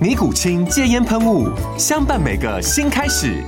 尼古清戒烟喷雾，相伴每个新开始。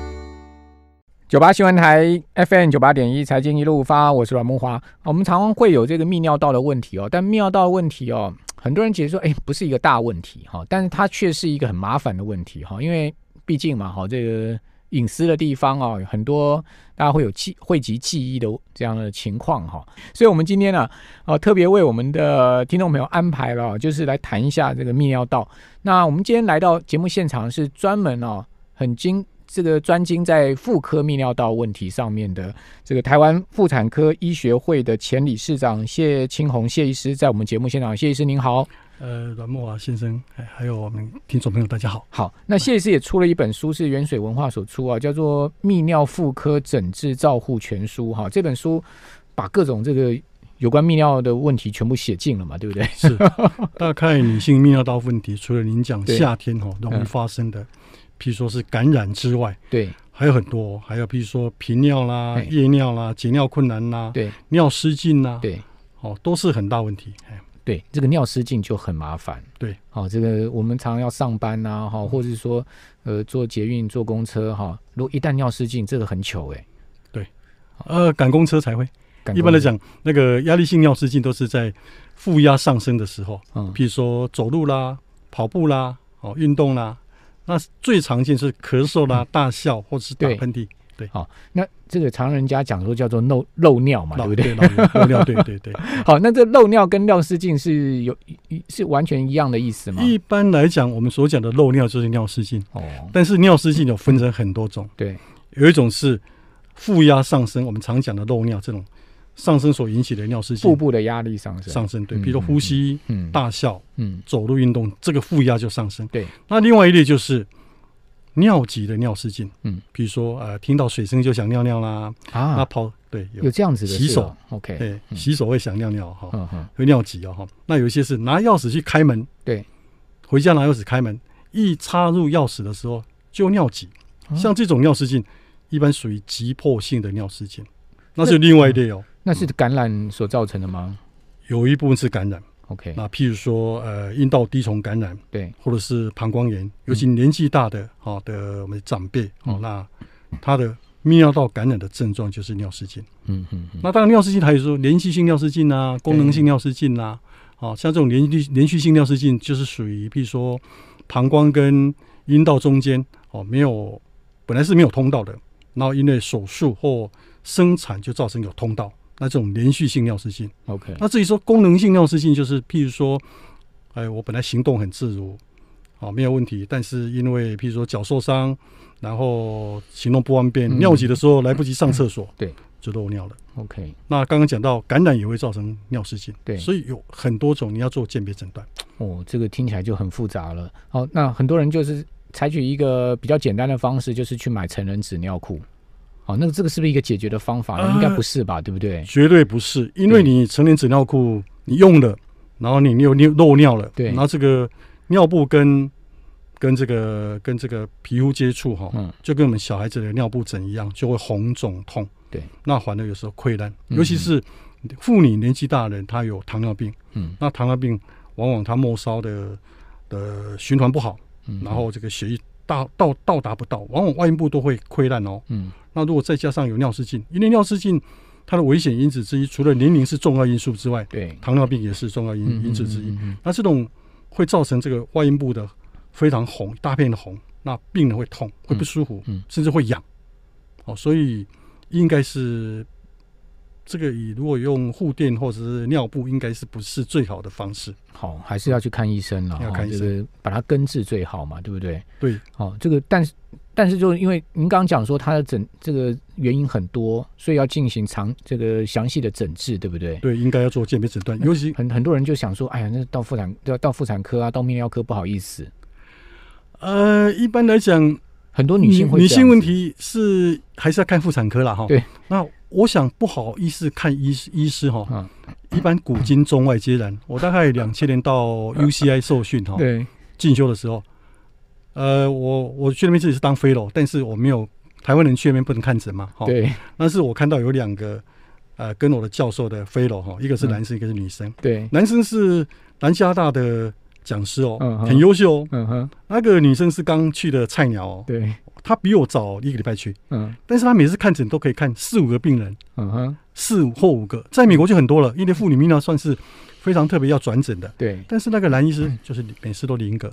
九八新闻台 FM 九八点一财经一路发，我是阮梦华。我们常常会有这个泌尿道的问题哦，但泌尿道的问题哦，很多人解说哎不是一个大问题哈、但是它却是一个很麻烦的问题哈、因为毕竟嘛哈、这个隐私的地方哦，很多大家会有记汇集记忆的这样的情况哈、所以我们今天呢、哦、特别为我们的听众朋友安排了哦、就是来谈一下这个泌尿道。那我们今天来到节目现场是专门哦，很精这个专精在妇科泌尿道问题上面的这个台湾妇产科医学会的前理事长谢青红谢医师，在我们节目现场，谢医师您好。呃，阮木华先生，还还有我们听众朋友，大家 好。好，那谢医师也出了一本书，是远水文化所出啊，叫做《泌尿妇科诊治照护全书》哈、这本书把各种这个有关泌尿的问题全部写尽了嘛，对不对？是，大概女性泌尿道问题，除了您讲对夏天哦容易嗯发生的，譬如说是感染之外，对还有很多，哦还有譬如说频尿啦哎、夜尿啦、解尿困难啦、对尿失禁啦，对哦，都是很大问题。哎对，这个尿失禁就很麻烦。对，嗯好、这个我们常常要上班呐、哈、或者是说呃坐捷运、坐公车哈、如果一旦尿失禁，这个很糗哎、呃，赶公车才会。赶一般来公司，讲，那个压力性尿失禁都是在负压上升的时候，嗯，譬如说走路啦、跑步啦、哦运动啦，那最常见是咳嗽啦、大笑或是打嗯对喷嚏，那这个常人家讲说叫做漏漏尿嘛，老对不对？老人漏尿，对对对。 好，那这漏尿跟尿失禁是有是完全一样的意思吗？一般来讲，我们所讲的漏尿就是尿失禁，哦，但是尿失禁有分成很多种，对，有一种是负压上升，我们常讲的漏尿这种上升所引起的尿失腹禁部的压力上升，上升，对，嗯比如说呼吸、嗯，大笑、嗯走路运动，这个负压就上升。对，那另外一类就是尿急的尿失禁，嗯，比如说呃，听到水声就想尿尿啦，那啊，跑对有有这样子的事哦洗手，OK，对嗯洗手会想尿尿哈，嗯哼，会尿急哦哈。那有一些是拿钥匙去开门，对，回家拿钥匙开门，一插入钥匙的时候就尿急，啊像这种尿失禁一般属于急迫性的尿失禁，那是另外一类哦。那是感染所造成的吗有一部分是感染， ？OK，那譬如说呃阴道滴虫感染，对，或者是膀胱炎，尤其年纪大的好、的我们长辈哦嗯，那他的泌尿道感染的症状就是尿失禁。嗯嗯嗯，那当然，尿失禁还有说连续性尿失禁啊，功能性尿失禁啦、啊，哦，像这种连续连续性尿失禁就是属于，譬如说膀胱跟阴道中间哦，没有本来是没有通道的，然后因为手术或生产就造成有通道，那这种连续性尿失禁。 OK，那至于说功能性尿失禁，就是譬如说，哎，我本来行动很自如，哦，没有问题，但是因为譬如说脚受伤，然后行动不方便，嗯尿急的时候来不及上厕所，对，就漏尿了。 OK，那刚刚讲到感染也会造成尿失禁，对所以有很多种你要做鉴别诊断。哦，这个听起来就很复杂了。好，那很多人就是采取一个比较简单的方式，就是去买成人纸尿裤。好，那这个是不是一个解决的方法呢？呃应该不是吧，对不对？绝对不是，因对为你成年纸尿裤你用了，然后你又尿漏尿了，对然后这个尿布跟跟这个跟这个皮肤接触哈，嗯就跟我们小孩子的尿布疹一样，就会红肿痛。对，那反而有时候溃烂，嗯尤其是妇女年纪大的人，她有糖尿病，嗯，那糖尿病往往她末梢的的循环不好，嗯然后这个血液到到到达不到，往往外阴部都会溃烂哦。嗯那如果再加上有尿失禁，因为尿失禁它的危险因子之一，除了年龄是重要因素之外，对，糖尿病也是重要因嗯因子之嗯一。嗯嗯那这种会造成这个外阴部的非常红，一大片的红，那病人会痛，会不舒服，嗯嗯甚至会痒。哦，所以应该是这个以如果用护垫或者是尿布，应该是不是最好的方式？好，还是要去看医生了，要哈看医这生个把它根治最好嘛，对不对？对，哦，这个但是但是就是因为您刚刚讲说它的诊这个原因很多，所以要进行长这个详细的诊治，对不对？对，应该要做鉴别诊 断，尤其很很多人就想说，哎呀，那到妇产要到妇产科啊，到泌尿科不好意思，呃，一般来讲，很多女性会嗯女这性样问子题是还是要看妇产科啦哈。对，那我想不好意思看医师医师哈，嗯一般古今中外 皆然。我大概两千年到 UCI 受训哈，对进修的时候，呃，我我去那边自己是当 fellow，但是我没有台湾人去那边不能看诊嘛，哈。对但是我看到有两个呃跟我的教授的 fellow 哈，一个嗯是男生，一个是女生。对，男生是南加大的讲师哦，嗯嗯很优秀哦。嗯哼，那个女生是刚去的菜鸟哦，对，她比我早一个礼拜去，嗯但是她每次看诊都可以看四五个病人，嗯哼，四五或五个，在美国就很多了，因为妇女泌尿算是非常特别要转诊的。对但是那个男医师嗯就是每次都零个，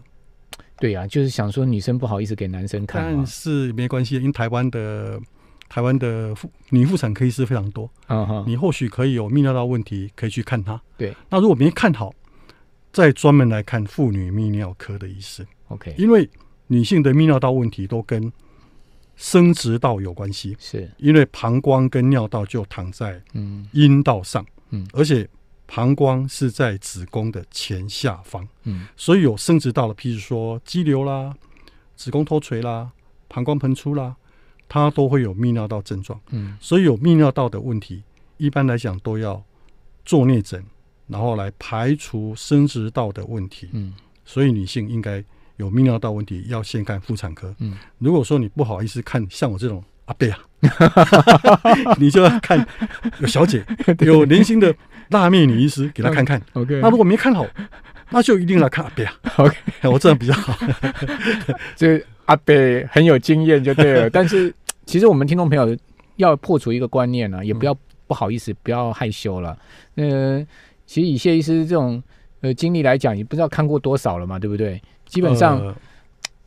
对呀、就是想说女生不好意思给男生看嘛但，是没关系，因为台湾的台湾的妇女妇产科医师非常多，嗯哼，你或许可以有泌尿道问题，可以去看他。对，那如果没看好，再专门来看妇女泌尿科的医师， ，OK，因为女性的泌尿道问题都跟生殖道有关系，是，因为膀胱跟尿道就躺在嗯阴道上，嗯而且膀胱是在子宫的前下方。嗯所以有生殖道的，譬如说肌瘤啦、子宫脱垂啦、膀胱膨出啦，它都会有泌尿道症状。嗯所以有泌尿道的问题，一般来讲都要做内诊，然后来排除生殖道的问题。嗯所以女性应该有泌尿道问题，要先看妇产科。嗯，如果说你不好意思看像我这种阿伯啊，啊 你就要看有小姐、有年轻的辣妹女医师给她嗯看看。 ，OK，那如果没看好，那就一定来看阿伯啊。 OK 我这样比较好。这阿北很有经验就对了。 但是其实我们听众朋友要破除一个观念呢、啊也不要不好意思，不要害羞了。呃，其实以谢医师这种呃经历来讲，也不知道看过多少了嘛，对不对？基基本上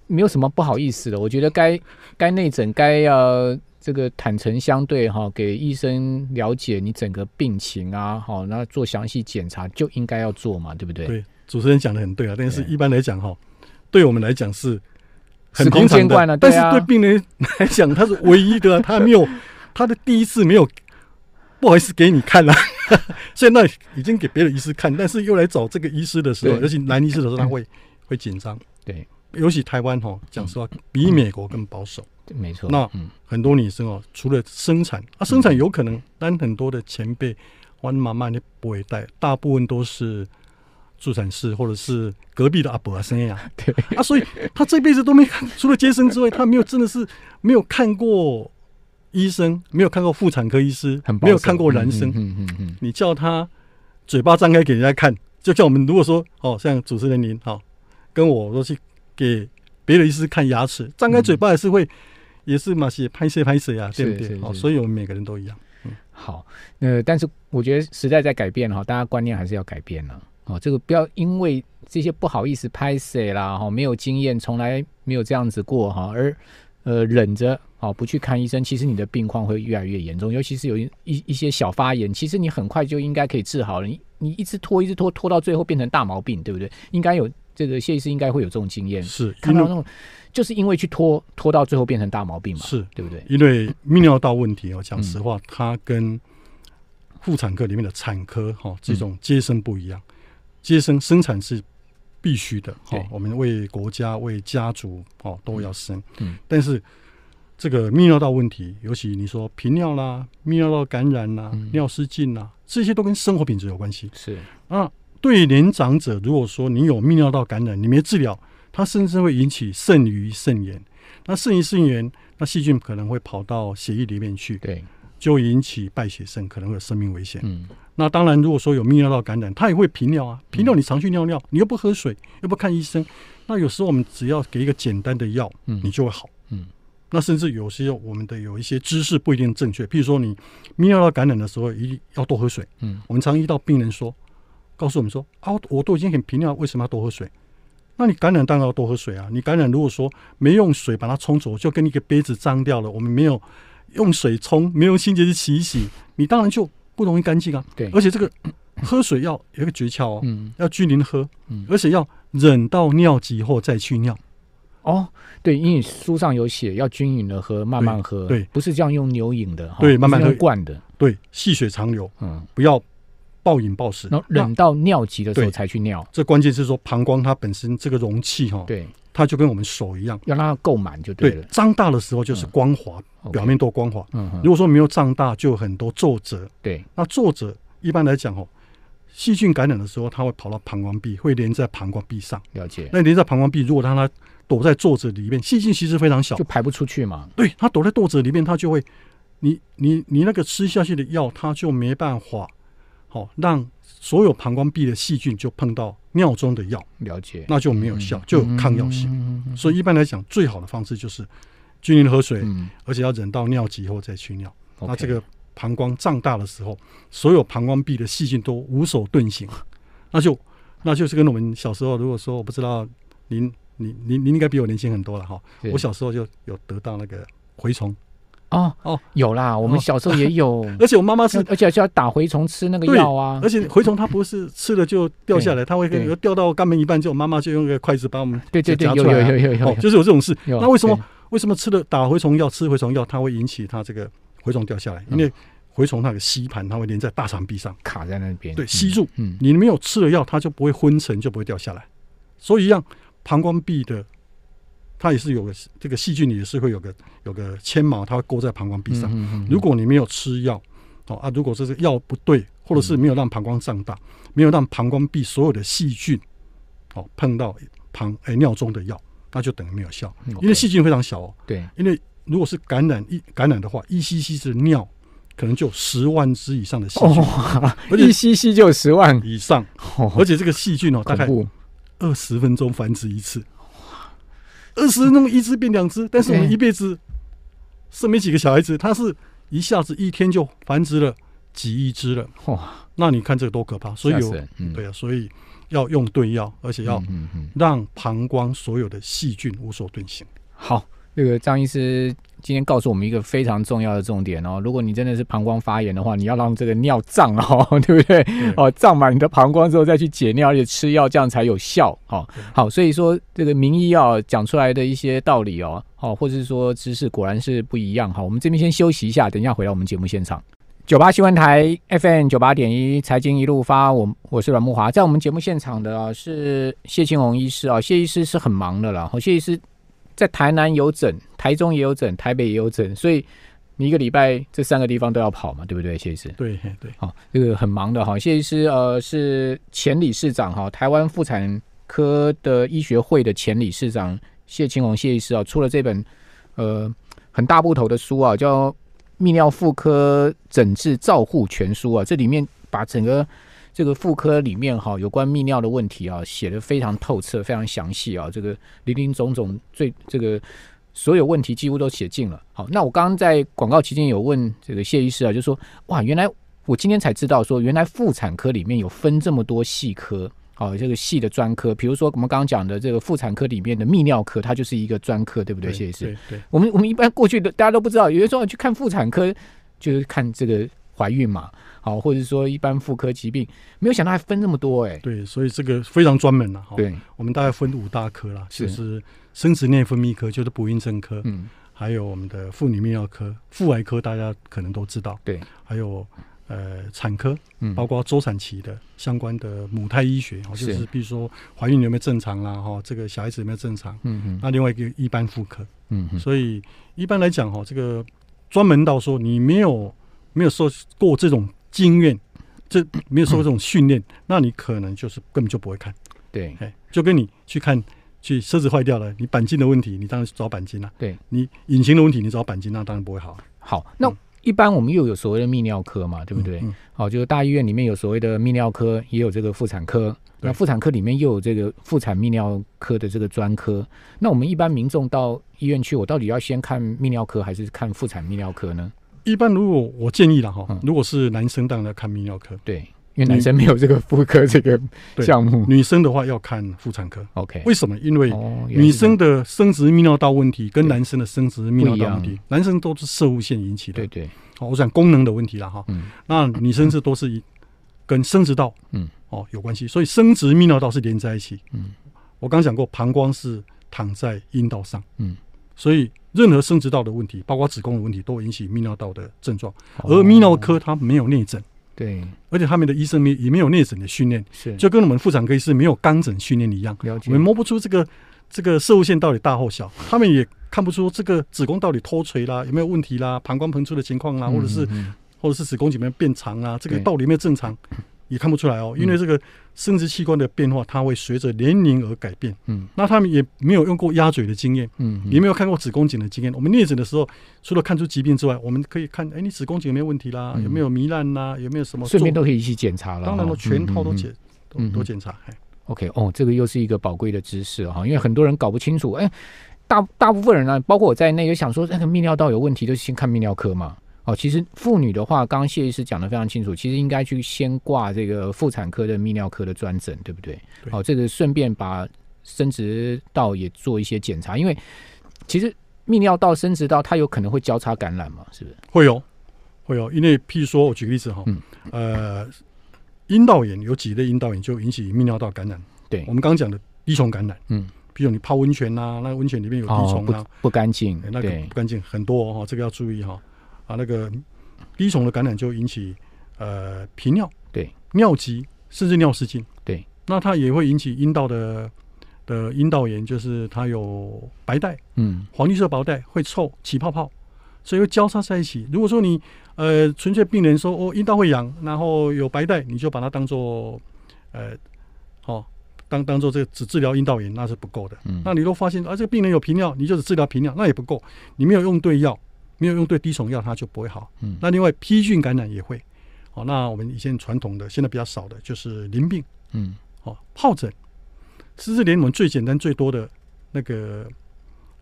没有什么不好意思的，我觉得该该内诊该要、这个坦诚相对哈、给医生了解你整个病情啊，好、那做详细检查就应该要做嘛，对不对？对主持人讲的很对啊，但是对一般来讲哈，对我们来讲是很司空平常见惯了的，但对啊是对病人来讲，他是唯一的啊，他没 有他的第一次没有。不好意思，给你看了、啊 现在已经给别的医师看，但是又来找这个医师的时候，对尤其男医师的时候，他会会紧张。对，尤其台湾哈，讲实话嗯比美国更保守。没错。那嗯很多女生哦，除了生产啊，生产有可能，但很多的前辈、我妈妈你不会带，大部分都是助产士或者是隔壁的阿伯啊生呀、 对啊，所以她这辈子都没看，除了接生之外，她没有真的是没有看过医生，没有看过妇产科医师很，保没有守看过男生，嗯嗯嗯嗯嗯你叫他嘴巴张开给人家看，就像我们如果说哦，像主持人您好、跟我都去给别的医师看牙齿，张开嘴巴也是会，也是嘛是拍摄拍摄呀，对不是对？是哦，是所以我们每个人都一样。好，呃，但是我觉得时代在改变哈，大家观念还是要改变了。哦，这个不要因为这些不好意思拍谁啦，哦哈、没有经验，从来没有这样子过哈、而呃忍着哦不去看医生，其实你的病况会越来越严重，尤其是有一一一些小发炎，其实你很快就应该可以治好了，你你一直拖一直拖，拖到最后变成大毛病，对不对？应该有这个谢医师应该会有这种经验，是看因到为那种就是因为去拖拖到最后变成大毛病嘛，是对不对？因为泌尿道问题哦，讲实话，它跟妇产科里面的产科哈、嗯哦、这种接生不一样，接生生产是必须的哈、对我们为国家为家族哦都要生，嗯但是这个泌尿道问题，尤其你说频尿啦、泌尿道感染啦、嗯尿失禁啦，这些都跟生活品质有关系。是，那对年长者，如果说你有泌尿道感染，你没治疗，它甚至会引起肾盂肾炎。那肾盂肾炎，那细菌可能会跑到血液里面去，对，就引起败血症，可能会有生命危险。嗯，那当然，如果说有泌尿道感染，它也会频尿啊，频尿你常去尿尿，你又不喝水，又不看医生，那有时候我们只要给一个简单的药，嗯你就会好。嗯，那甚至有些我们的有一些知识不一定正确，譬如说你泌尿道感染的时候，一定要多喝水。嗯，我们常遇到病人说，告诉我们说啊，我我都已经很频尿，为什么要多喝水？那你感染当然要多喝水啊！你感染如果说没用水把它冲走，就跟一个杯子脏掉了，我们没有用水冲，没有用清洁剂洗一洗，你当然就不容易干净啊。对而且这个 喝水要有一个诀窍哦，嗯，要均匀喝嗯，而且要忍到尿急后再去尿。哦，对，因为书上有写要均匀的喝，慢慢喝，对不是这样用牛饮的，哈对慢慢不是用喝灌的，对，细水长流，嗯，不要暴饮暴食。然后忍到尿急的时候对才去尿，这关键是说膀胱它本身这个容器哈、哦，对，它就跟我们手一样，要让它够满就对对了，，嗯胀大的时候就是光滑， OK 表，面多光滑。嗯如哼，果说没有胀大，就有很多皱褶。对，那皱褶一般来讲哦，细菌感染的时候，它会跑到膀胱壁，会连在膀胱壁上。了解，那连在膀胱壁，如果让它躲在皱褶里面，细菌其实非常小就，排不出去嘛，对，它躲在皱褶里面，它就会，你你你那个吃下去的药，它就没办法，好、让所有膀胱壁的细菌就碰到尿中的药，了解，那就没有效，就有抗药性。嗯，嗯所以一般来讲，最好的方式就是均匀喝水，嗯，而且要忍到尿急后再去尿。嗯那 OK 这个膀胱胀大的时候，所有膀胱壁的细菌都无所遁形，那就那就是跟我们小时候，如果说我不知道您您您您应该比我年轻很多了哈，是我小时候就有得到那个蛔虫，哦哦哦有啦，我们哦小时候也 ，有而且我妈妈是而而且是要打蛔虫吃那个对药啊而，且蛔虫它不是吃了就掉下来，它会对掉到肛门一半，就妈妈就用个筷子把我们对对对，夹有出来有啊有有有哦，，就是有这种事。 有啊那为什么对为什么吃了打蛔虫药、吃蛔虫药，它会引起它这个蛔虫掉下来？因为嗯蛔虫那个吸盘，它会连在大肠壁上，卡在那边？对，嗯吸，住。嗯，你没有吃了药，它就不会昏沉，就不会掉下来。所以一样，膀胱壁的它也是有个这个细菌，也是会有个有个纤毛，它会勾在膀胱壁上。嗯，嗯嗯如果你没有吃药，哦啊，如果这是药不对，或者嗯是没有让膀胱胀大，没有让膀胱壁所有的细菌，哦碰到膀诶、尿中的药，那就等于没有效，嗯，OK 因为细菌非常小哦。对，因为如果是感染一感染的话，，E 一 cc 的尿可能就十万只以上的细菌、哦，而且一吸吸就十万，以上，哦而且这个细菌哦，大恐概怖，二十分钟繁殖一次，二十那么一只变两只，但是我们对一辈子生没几个小孩子，它是一下子一天就繁殖了几亿只了。哇，那你看这个多可怕！所以吓有死人嗯对啊，所以要用对药，而且要嗯嗯嗯，让膀胱所有的细菌无所遁形。好，那个张医师今天告诉我们一个非常重要的重点哦，如果你真的是膀胱发炎的话，你要让这个尿胀哦， 对不对？哦，胀满你的膀胱之后再去解尿，而且吃药，这样才有效。哦，好，所以说这个名医药讲出来的一些道理哦，哦，或者是说知识果然是不一样。好，我们这边先休息一下，等一下回到我们节目现场。九八新闻台 FM 九八点一财经一路发，我我是阮木华，在我们节目现场的啊是谢庆红医师啊，谢医师是很忙的啦，哦谢医师在台南有诊，台中也有诊，台北也有诊，所以你一个礼拜这三个地方都要跑嘛，对不对，谢医师？对嘿对，好、这个很忙的哈。谢医师呃是前理事长哈，台湾妇产科的医学会的前理事长谢青红谢医师啊，出了这本呃很大部头的书啊，叫《泌尿妇科诊治照护全书》啊，这里面把整个这个妇科里面哈有关泌尿的问题啊写的非常透彻、非常详细啊，这个林林总总最这个所有问题几乎都写尽了。好，那我刚刚在广告期间有问这个谢医师啊，就说哇，原来我今天才知道说，原来妇产科里面有分这么多细科。好，这个细的专科，比如说我们刚刚讲的这个妇产科里面的泌尿科，它就是一个专科，对不对，谢医师？对对我们我们一般过去的大家都不知道，有些时候去看妇产科就是看这个怀孕嘛，好、或者说一般妇科疾病，没有想到还分这么多哎、对，所以这个非常专门了哈。对，我们大概分五大科啦，是就是生殖内分泌科，就是不孕症科，嗯，还有我们的妇女泌尿科、妇癌科，大家可能都知道。对，还有呃产科，嗯包括周产期的相关的母胎医学，哦，就是是比如说怀孕有没有正常啦，哈，这个小孩子有没有正常。嗯嗯那另外一个一般妇科，嗯嗯，所以一般来讲，哈，这个专门到说你没有没有受过这种经验，这没有受过这种训练，那你可能就是根本就不会看。对哎，就跟你去看去车子坏掉了，你钣金的问题，你当然去找钣金啦、对，你引擎的问题，你找钣金，那当然不会好啊、好，那嗯一般我们又有所谓的泌尿科嘛，对不对？嗯嗯好，就是大医院里面有所谓的泌尿科，也有这个妇产科。对那妇产科里面又有这个妇产泌尿科的这个专科。那我们一般民众到医院去，我到底要先看泌尿科还是看妇产泌尿科呢？一般如果我建议了哈嗯，如果是男生，当然要看泌尿科；对，因为男生没有这个妇科这个对项目。女生的话要看妇产科， OK，为什么？因为哦原来女是这生样的生殖泌尿道问题跟对男生的生殖泌尿不一道样问题，男生都是射物腺引起的对，对，哦，我讲功能的问题了哈。嗯那女生是都是一跟生殖道，嗯，哦有关系，所以生殖泌尿道是连在一起。嗯，我刚讲过，膀胱是躺在阴道上，嗯，所以任何生殖道的问题，包括子宫的问题，都会引起泌尿道的症状。而哦泌尿科它没有内诊，对而且他们的医生没也没有内诊的训练，是就跟我们妇产科医师没有肛诊训练一样，了解我们摸不出这个这个射物线到底大或小，他们也看不出这个子宫到底脱垂啦，有没有问题啦，膀胱膨出的情况啦，啊或者是嗯嗯或者是子宫颈有没有变长啊，这个对嗯到底有没有正常，也看不出来哦，因为这个生殖器官的变化，它会随着年龄而改变。嗯，那他们也没有用过鸭嘴的经验，嗯嗯也没有看过子宫颈的经验。我们镊诊的时候，除了看出疾病之外，我们可以看，哎，你子宫颈有没有问题啦，嗯有没有糜烂啦，有没有什么顺便做都可以一起检查了哈。当然了，全套都检。嗯嗯检都嗯嗯都检查。哎 OK，哦，这个又是一个宝贵的知识啊哈，因为很多人搞不清楚，哎，大大部分人呢、包括我在内，就想说哎那个泌尿道有问题，就先看泌尿科嘛。哦，其实妇女的话，刚刚谢医师讲的非常清楚，其实应该去先挂这个妇产科的泌尿科的专诊，对不对？对哦，这个顺便把生殖道也做一些检查，因为其实泌尿道、生殖道它有可能会交叉感染嘛，是不是？会有会哦有，因为譬如说，我举个例子哈嗯，呃，阴道炎有几类阴道炎就引起泌尿道感染。对我，们刚刚讲的滴虫感染，嗯，比如你泡温泉啦、那个温泉里面有滴哦，虫不啦、不干净哎，那个对不，干净很多哦，这个要注意哈、啊，那个滴虫的感染就引起呃频尿，对，尿急甚至尿失禁，对，那它也会引起阴道的的阴道炎，就是它有白带、嗯，黄绿色薄带会臭起泡泡，所以会交叉在一起。如果说你呃纯粹病人说哦阴道会痒，然后有白带，你就把它当做呃好、哦、当当做这个只治疗阴道炎那是不够的。嗯那你都发现啊这个病人有频尿，你就只治疗频尿那也不够，你没有用对药，没有用对滴虫药，它就不会好。嗯那另外披菌感染也会。哦，那我们以前传统的现在比较少的就是淋病。嗯，哦，疱疹，甚至连我们最简单最多的那个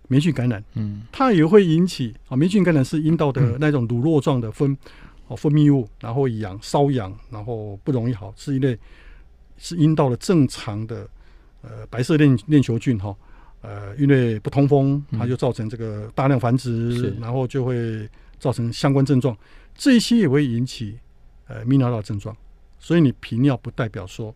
霉菌感染，嗯，它也会引起啊、霉菌感染是阴道的那种乳酪状的分哦分泌物，然后痒瘙痒，然后不容易好，是一类是阴道的正常的呃白色链链球菌哈、呃，因为不通风，它就造成这个大量繁殖，是然后就会造成相关症状，这些也会引起呃泌尿道症状，所以你频尿不代表说。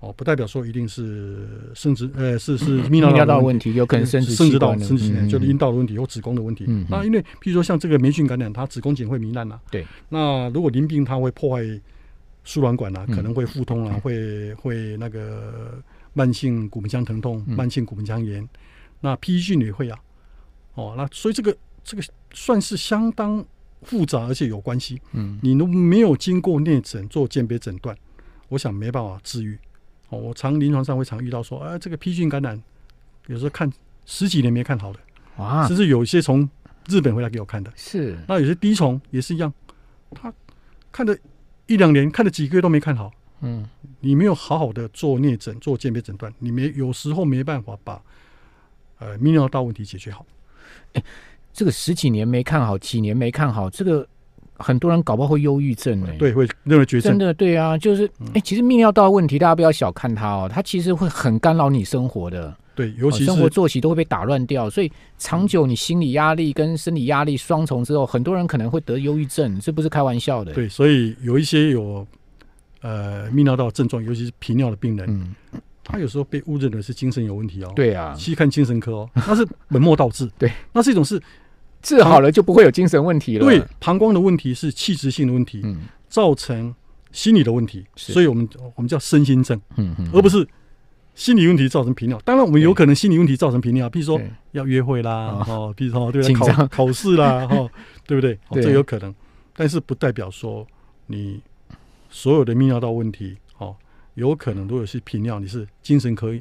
哦，不代表说一定是生殖，呃，是是泌泌尿尿道道的问问题，题有可能生殖生器殖道官的生殖器嗯就是嗯阴道的问题或子宫的问题。嗯那因为譬如说像这个霉菌感染，它子宫颈会糜烂啦。对。那如果淋病，它会破坏输卵管啦，嗯可能会腹痛啦，啊会会那个慢性骨盆腔疼痛、嗯慢性骨盆腔炎。那披菌也会啊。哦，那所以这个这个算是相当复杂，而且有关系。嗯你都没有经过内诊做鉴别诊断，我想没办法治愈。哦，我常临床上会常遇到说，啊，这个披菌感染，有时候看十几年没看好的，哇，甚至有一些从日本回来给我看的。是那有些滴虫也是一样，他看了一两年，看了几个月都没看好。嗯你没有好好的做内诊、做鉴别诊断，你没有时候没办法把呃泌尿道问题解决好。，这个十几年没看好，几年没看好，这个很多人搞不好会忧郁症呢、，对，会认为绝嗯真症。的对啊，就是哎、其实泌尿道问题，大家不要小看它哦，它其实会很干扰你生活的，对，尤哦其是生活作息都会被打乱掉，所以长久你心理压力跟生理压力双重之后，很多人可能会得忧郁症，这不是开玩笑的。，对，所以有一些有呃泌尿道症状，尤其是频尿的病人，嗯，他有时候被误认为是精神有问题哦。，对啊，去看精神科 哦，那是本末倒置。对，那是一种是治好了就不会有精神问题了。对，膀胱的问题是器质性的问题，嗯造成心理的问题，是所以我们我们叫身心症，嗯嗯，而不是。心理问题造成频尿，当然我们有对可能心理问题造成频尿，譬如说对要约会啦，哦，譬如说对紧不对？考张考 试啦，哈，对不对？哦对这有可能，但是不代表说你所有的泌尿道问题，哦，有可能如果是频尿，你是精神科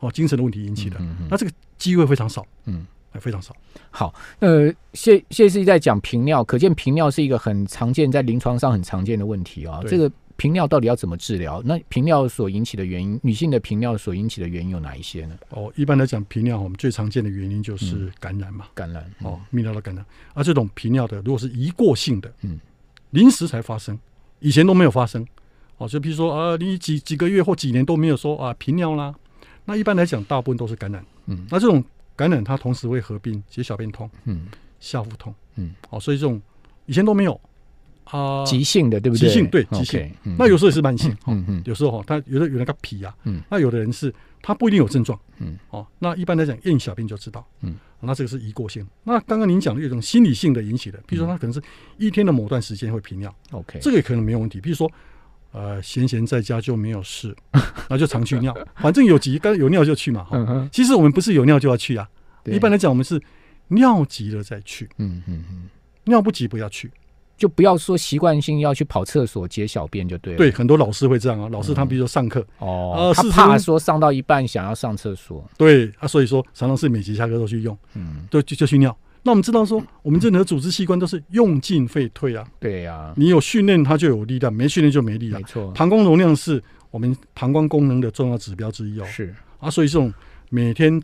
哦精神的问题引起的，嗯嗯嗯那这个机会非常少，嗯。哎，非常少。好，呃，谢谢是在讲频尿，可见频尿是一个很常见，在临床上很常见的问题啊、对这个频尿到底要怎么治疗？那频尿所引起的原因，女性的频尿所引起的原因有哪一些呢？哦，一般来讲，频尿我们最常见的原因嗯就是感染嘛，感染哦，，泌尿道感染。而、这种频尿的，如果是一过性的，嗯，临时才发生，以前都没有发生，哦，就譬如说啊，你几几个月或几年都没有说啊频尿啦，那一般来讲大部分都是感染。嗯那这种感染它同时会合并血小便痛、嗯，下腹痛，嗯，哦，所以这种以前都没有啊。急性的对不对？急性对急 OK，性嗯那有时候也是慢性，嗯嗯有时候哦，他有的有那个皮啊，嗯那有的人是他不一定有症状，嗯，哦，那一般来讲验小便就知道，嗯哦，那这个是一过性。那刚刚您讲的有一种心理性的引起的，比嗯如说他可能是一天的某段时间会频尿， ，OK，这个也可能没有问题。比如说，呃，闲闲在家就没 有事，那就常去尿，反正有急，刚有尿就去嘛，哈、嗯哼，其实我们不是有尿就要去啊，对一般来讲我们是尿急了再去，嗯嗯嗯，尿不急不要去。就不要说习惯性要去跑厕所解小便就对了。嗯对，很多老师会这样啊，老师他们比如说上课，哦，呃他四怕分说上到一半想要上厕所，对啊，所以说常常是每节下课都去用，嗯，对，就就去尿。那我们知道说，我们任何组织器官都是用进废退啊，对呀，你有训练它就有力量，没训练就没力量没。错，膀胱容量是我们膀胱功能的重要指标之一哦，是，啊，所以这种每天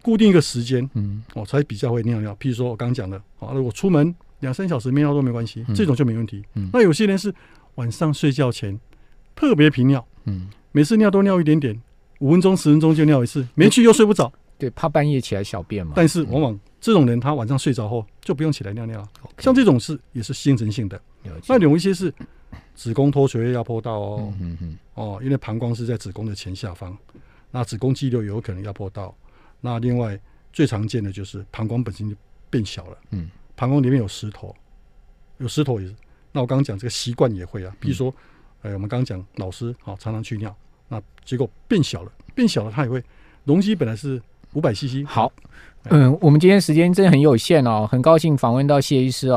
固定一个时间嗯哦，才比较会尿尿。譬如说我刚刚讲的，好、那我出门两三小时没尿都没关系嗯，这种就没问题。嗯那有些人是晚上睡觉前特别频尿，嗯，每次尿都尿一点点，五分钟十分钟就尿一次，没去又睡不着。对，怕半夜起来小便嘛。但是往往这种人他晚上睡着后就不用起来尿尿了。像这种是也是新陈性的，了解那有一些是子宫脱垂压迫到哦嗯嗯嗯哦，因为膀胱是在子宫的前下方，那子宫肌瘤有可能压迫到。那另外最常见的就是膀胱本身就变小了，嗯，膀胱里面有石头，有石头也是。那我刚刚讲这个习惯也会嗯啊，比如说，哎，我们刚刚讲老师啊、常常去尿，那结果变小了，变小了它也会容积本来是五百 CC，好，嗯，我们今天时间真的很有限哦，很高兴访问到谢医师哦。